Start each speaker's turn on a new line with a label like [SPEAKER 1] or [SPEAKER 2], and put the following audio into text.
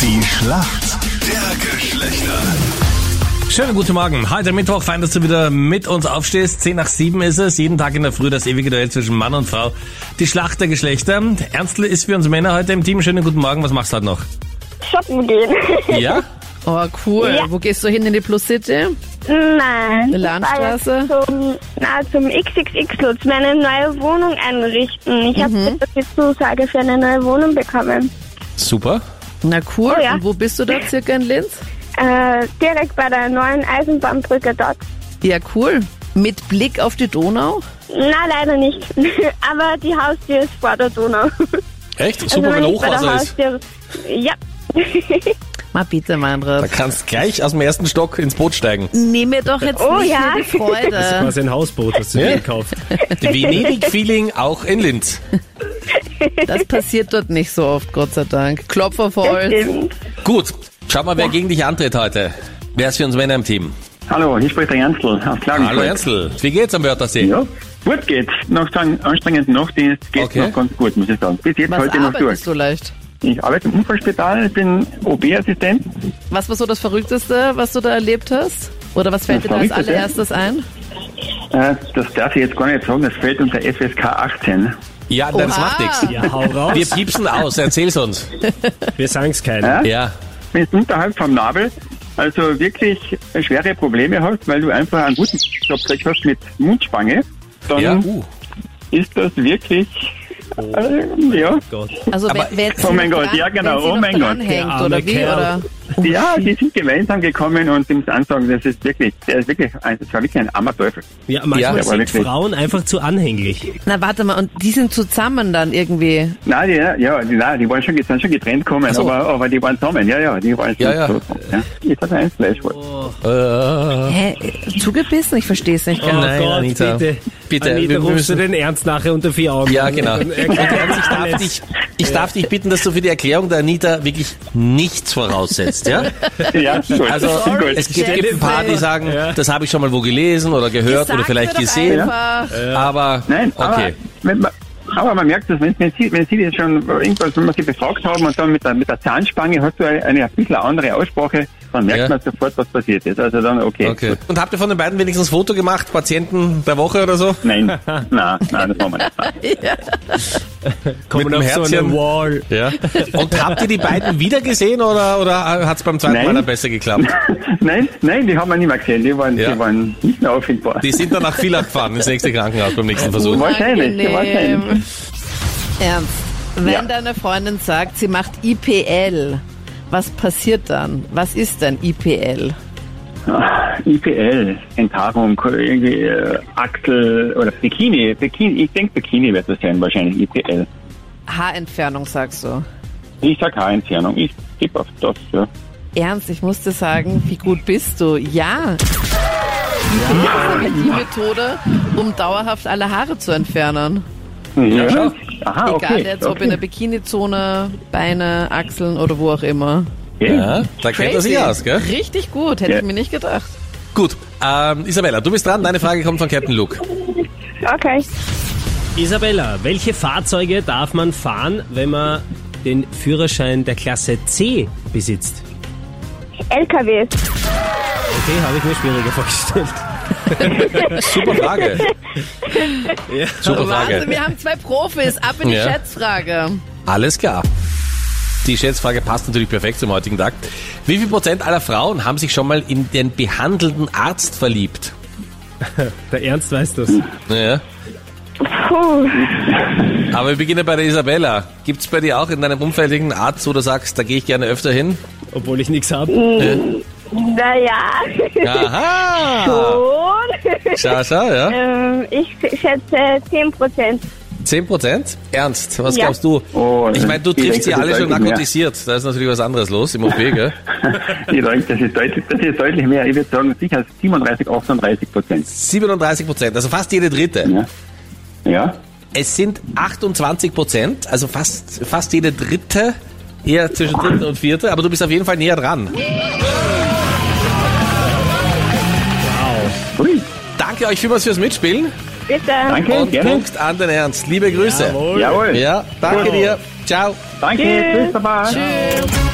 [SPEAKER 1] Die Schlacht der Geschlechter.
[SPEAKER 2] Schönen guten Morgen. Heute Mittwoch, fein, dass du wieder mit uns aufstehst. 10 nach 7 ist es. Jeden Tag in der Früh das ewige Duell zwischen Mann und Frau. Die Schlacht der Geschlechter. Ernstl ist für uns Männer heute im Team. Schönen guten Morgen. Was machst du heute noch?
[SPEAKER 3] shoppen gehen.
[SPEAKER 2] Ja?
[SPEAKER 4] Oh, cool.
[SPEAKER 3] Ja.
[SPEAKER 4] Wo gehst du hin in die Plus City?
[SPEAKER 3] Nein.
[SPEAKER 4] Eine Landstraße?
[SPEAKER 3] Ich war jetzt Zum, na, zum XXX-Lutz, meine neue Wohnung einrichten. Ich habe die Zusage für eine neue Wohnung bekommen.
[SPEAKER 2] Super.
[SPEAKER 4] Na cool.
[SPEAKER 3] Oh ja.
[SPEAKER 4] Und wo bist du da circa in Linz?
[SPEAKER 3] Äh, direkt bei der neuen Eisenbahnbrücke dort.
[SPEAKER 4] Ja, cool. Mit Blick auf die Donau?
[SPEAKER 3] Na, leider nicht. Aber die Haustür ist vor der Donau.
[SPEAKER 2] Echt?
[SPEAKER 3] Also
[SPEAKER 2] Super, wenn
[SPEAKER 3] ich bei der
[SPEAKER 2] Hochwasser ist.
[SPEAKER 3] Haustür, Ja.
[SPEAKER 4] Mal bitte,
[SPEAKER 2] Da
[SPEAKER 4] Meinrad.
[SPEAKER 2] kannst gleich aus dem ersten Stock ins Boot steigen.
[SPEAKER 4] Nimm mir doch jetzt
[SPEAKER 3] Oh
[SPEAKER 4] nicht
[SPEAKER 3] ja.
[SPEAKER 4] mehr die Freude.
[SPEAKER 5] quasi ein Hausboot, hast du
[SPEAKER 2] Ja.
[SPEAKER 5] dir gekauft.
[SPEAKER 2] Venedig-Feeling auch in Linz.
[SPEAKER 4] Das passiert dort nicht so oft, Gott sei Dank. Klopfer voll.
[SPEAKER 3] Stimmt.
[SPEAKER 2] Gut, schau mal, wer gegen dich antritt heute. Wer ist für uns Männer im Team?
[SPEAKER 6] Hallo, hier spricht der Janzl aus Klagenfurt.
[SPEAKER 2] Hallo Ernstl. Wie geht's am Wörthersee?
[SPEAKER 6] Ja, gut geht's. Nach so einem anstrengenden Nachtdienst geht's
[SPEAKER 2] Okay.
[SPEAKER 6] noch ganz gut, muss ich sagen. Bis jetzt
[SPEAKER 4] Was
[SPEAKER 6] heute noch durch.
[SPEAKER 4] arbeitest du leicht?
[SPEAKER 6] Ich arbeite im Unfallspital, bin OB-Assistent.
[SPEAKER 4] Was war so das Verrückteste, was du da erlebt hast? Oder was fällt
[SPEAKER 6] Das
[SPEAKER 4] dir da als allererstes
[SPEAKER 6] Verrückteste?
[SPEAKER 4] ein?
[SPEAKER 6] Äh, das darf ich jetzt gar nicht sagen, das fällt unter FSK 18.
[SPEAKER 2] Ja, das
[SPEAKER 4] Oha.
[SPEAKER 2] macht nichts.
[SPEAKER 5] Ja, hau
[SPEAKER 2] Wir
[SPEAKER 5] raus.
[SPEAKER 2] piepsen aus, erzähl's uns.
[SPEAKER 5] Wir sagen's keinem.
[SPEAKER 2] Ja.
[SPEAKER 6] Wenn du unterhalb vom Nabel also wirklich schwere Probleme hast, weil du einfach einen guten Job gekriegt hast mit Mundspange, dann
[SPEAKER 2] Ja. Oh. Uh.
[SPEAKER 6] ist das wirklich, äh, ja,
[SPEAKER 5] Gott.
[SPEAKER 4] Also,
[SPEAKER 2] Aber-
[SPEAKER 4] wer- wer jetzt
[SPEAKER 6] Oh
[SPEAKER 4] noch
[SPEAKER 6] mein Gott,
[SPEAKER 4] dran,
[SPEAKER 6] ja, genau,
[SPEAKER 4] wenn sie
[SPEAKER 6] oh
[SPEAKER 4] noch
[SPEAKER 6] mein Gott.
[SPEAKER 4] dranhängt,
[SPEAKER 5] Der arme
[SPEAKER 4] oder wie?
[SPEAKER 5] Kerl.
[SPEAKER 4] Oder?
[SPEAKER 6] ja, die sind gemeinsam gekommen und im Ansagen, das ist wirklich, der ist wirklich, ein, das war wirklich ein armer Teufel.
[SPEAKER 5] Ja, manchmal
[SPEAKER 2] Ja.
[SPEAKER 5] sind
[SPEAKER 6] Ja,
[SPEAKER 5] Frauen einfach zu anhänglich.
[SPEAKER 2] Oh
[SPEAKER 4] Na, warte mal, und die sind zusammen dann irgendwie.
[SPEAKER 6] Nein, die, ja, die, nein, die waren schon, die sind schon getrennt gekommen,
[SPEAKER 2] so.
[SPEAKER 6] aber, aber die waren zusammen, ja, ja, die waren schon
[SPEAKER 2] Ja, Oh. ja.
[SPEAKER 6] zusammen. Ja. Ich hatte ein Fleischwort.
[SPEAKER 2] Äh,
[SPEAKER 4] Hä? Zugebissen? Ich verstehe es nicht
[SPEAKER 5] Oh
[SPEAKER 4] ganz.
[SPEAKER 2] nein,
[SPEAKER 5] Gott,
[SPEAKER 2] Anita.
[SPEAKER 5] bitte.
[SPEAKER 2] Bitte,
[SPEAKER 5] Anita,
[SPEAKER 2] wir
[SPEAKER 5] rufst
[SPEAKER 2] müssen-
[SPEAKER 5] du den Ernst nachher unter vier Augen.
[SPEAKER 2] ja,
[SPEAKER 5] an.
[SPEAKER 2] genau.
[SPEAKER 5] Dann erklärt er sich
[SPEAKER 2] darf
[SPEAKER 5] alles.
[SPEAKER 2] dich, ich darf dich bitten, dass du für die Erklärung der Anita wirklich nichts voraussetzt, ja?
[SPEAKER 6] Ja, gut.
[SPEAKER 2] Also
[SPEAKER 6] gut.
[SPEAKER 2] es gibt,
[SPEAKER 4] Stell
[SPEAKER 2] gibt
[SPEAKER 4] dir
[SPEAKER 2] ein paar,
[SPEAKER 4] vor.
[SPEAKER 2] die sagen,
[SPEAKER 5] Ja.
[SPEAKER 2] das habe ich schon mal wo gelesen oder gehört
[SPEAKER 4] Sag
[SPEAKER 2] oder vielleicht
[SPEAKER 4] mir doch
[SPEAKER 2] gesehen.
[SPEAKER 4] Einfach.
[SPEAKER 2] Aber
[SPEAKER 6] Nein,
[SPEAKER 2] okay.
[SPEAKER 6] aber, wenn man, aber man merkt, dass wenn, wenn, sie, wenn sie das schon irgendwas, wenn wir sie befragt haben und dann mit der, mit der Zahnspange hast du eine, eine ein bisschen andere Aussprache, dann merkt
[SPEAKER 2] Ja.
[SPEAKER 6] man sofort, was passiert ist. Also dann, okay.
[SPEAKER 2] okay.
[SPEAKER 6] gut.
[SPEAKER 2] Und habt ihr von den beiden wenigstens ein Foto gemacht, Patienten der Woche oder so?
[SPEAKER 6] Nein, nein, nein, das machen wir nicht.
[SPEAKER 5] Kommen
[SPEAKER 2] mit dem
[SPEAKER 5] auf so
[SPEAKER 2] Herzchen.
[SPEAKER 5] eine Wall.
[SPEAKER 2] Ja. Und habt ihr die beiden wieder gesehen oder, oder hat es beim zweiten
[SPEAKER 6] Nein.
[SPEAKER 2] Mal dann besser geklappt?
[SPEAKER 6] Nein, nein, die haben wir nicht mehr gesehen. Die waren,
[SPEAKER 2] Ja.
[SPEAKER 6] die waren nicht mehr auffindbar.
[SPEAKER 2] Die sind dann nach Villach gefahren, ins nächste Krankenhaus beim nächsten Versuch.
[SPEAKER 6] wahrscheinlich,
[SPEAKER 4] Angenehm.
[SPEAKER 6] wahrscheinlich.
[SPEAKER 2] Äh.
[SPEAKER 4] Ernst, wenn
[SPEAKER 6] Ja.
[SPEAKER 4] deine Freundin sagt, sie macht IPL, was passiert dann? Was ist denn IPL?
[SPEAKER 6] Ah, IPL, Entarung, irgendwie äh, Achsel oder Bikini. Bikini, ich denke Bikini wird das sein, wahrscheinlich IPL.
[SPEAKER 4] Haarentfernung sagst du.
[SPEAKER 6] Ich sag Haarentfernung, ich tippe auf das, ja.
[SPEAKER 4] Ernst, ich musste sagen, wie gut bist du? Ja. IPL ist die Methode, um dauerhaft alle Haare zu entfernen.
[SPEAKER 6] Ja,
[SPEAKER 2] schau.
[SPEAKER 6] Aha, Ah, okay.
[SPEAKER 4] Egal jetzt, ob in der
[SPEAKER 6] okay.
[SPEAKER 4] Bikini-Zone, Beine, Achseln oder wo auch immer.
[SPEAKER 2] Ja, da kennt er sich aus, gell?
[SPEAKER 4] Richtig gut, hätte
[SPEAKER 6] Ja.
[SPEAKER 4] ich mir nicht gedacht.
[SPEAKER 2] Gut, ähm, Isabella, du bist dran. Deine Frage kommt von Captain Luke.
[SPEAKER 3] Okay.
[SPEAKER 5] Isabella, welche Fahrzeuge darf man fahren, wenn man den Führerschein der Klasse C besitzt?
[SPEAKER 3] LKWs.
[SPEAKER 5] Okay, habe ich mir schwieriger vorgestellt.
[SPEAKER 2] Super Frage. Super
[SPEAKER 4] Wahnsinn,
[SPEAKER 2] Frage.
[SPEAKER 4] wir haben zwei Profis. Ab in die
[SPEAKER 2] Ja.
[SPEAKER 4] Schätzfrage.
[SPEAKER 2] Alles klar. Die Schätzfrage passt natürlich perfekt zum heutigen Tag. Wie viel Prozent aller Frauen haben sich schon mal in den behandelnden Arzt verliebt?
[SPEAKER 5] Der Ernst weiß das.
[SPEAKER 2] Ja.
[SPEAKER 3] Puh.
[SPEAKER 2] Aber wir beginnen bei der Isabella. Gibt's bei dir auch in deinem Umfeld irgendeinen Arzt, wo du sagst, da gehe ich gerne öfter hin?
[SPEAKER 5] Obwohl ich nichts habe.
[SPEAKER 3] Naja.
[SPEAKER 2] Aha!
[SPEAKER 3] Und
[SPEAKER 2] Schau, schau, ja.
[SPEAKER 3] ähm, ich schätze 10%.
[SPEAKER 2] 10 Prozent? Ernst, was
[SPEAKER 3] Ja.
[SPEAKER 2] glaubst du?
[SPEAKER 6] Oh,
[SPEAKER 2] Ich meine, du
[SPEAKER 6] ich
[SPEAKER 2] triffst
[SPEAKER 6] denke,
[SPEAKER 2] die
[SPEAKER 6] das
[SPEAKER 2] alle
[SPEAKER 6] ist
[SPEAKER 2] schon
[SPEAKER 6] eigentlich mehr.
[SPEAKER 2] narkotisiert. Da ist natürlich was anderes los im OP, gell?
[SPEAKER 6] Ich denke, das ist deutlich, das ist deutlich mehr. Ich würde sagen, sicher 37, 38 Prozent.
[SPEAKER 2] 37 Prozent, also fast jede dritte.
[SPEAKER 6] Ja. Ja.
[SPEAKER 2] Es sind 28 Prozent, also fast, fast jede dritte, eher zwischen dritte und vierte, aber du bist auf jeden Fall näher dran.
[SPEAKER 6] Ui,
[SPEAKER 2] Danke euch vielmals fürs Mitspielen
[SPEAKER 3] Bitte.
[SPEAKER 6] danke,
[SPEAKER 2] und
[SPEAKER 6] gerne.
[SPEAKER 2] Punkt an den Ernst. Liebe Grüße.
[SPEAKER 6] Jawohl.
[SPEAKER 2] Ja, danke dir. Ciao.
[SPEAKER 6] Danke, tschüss, baba.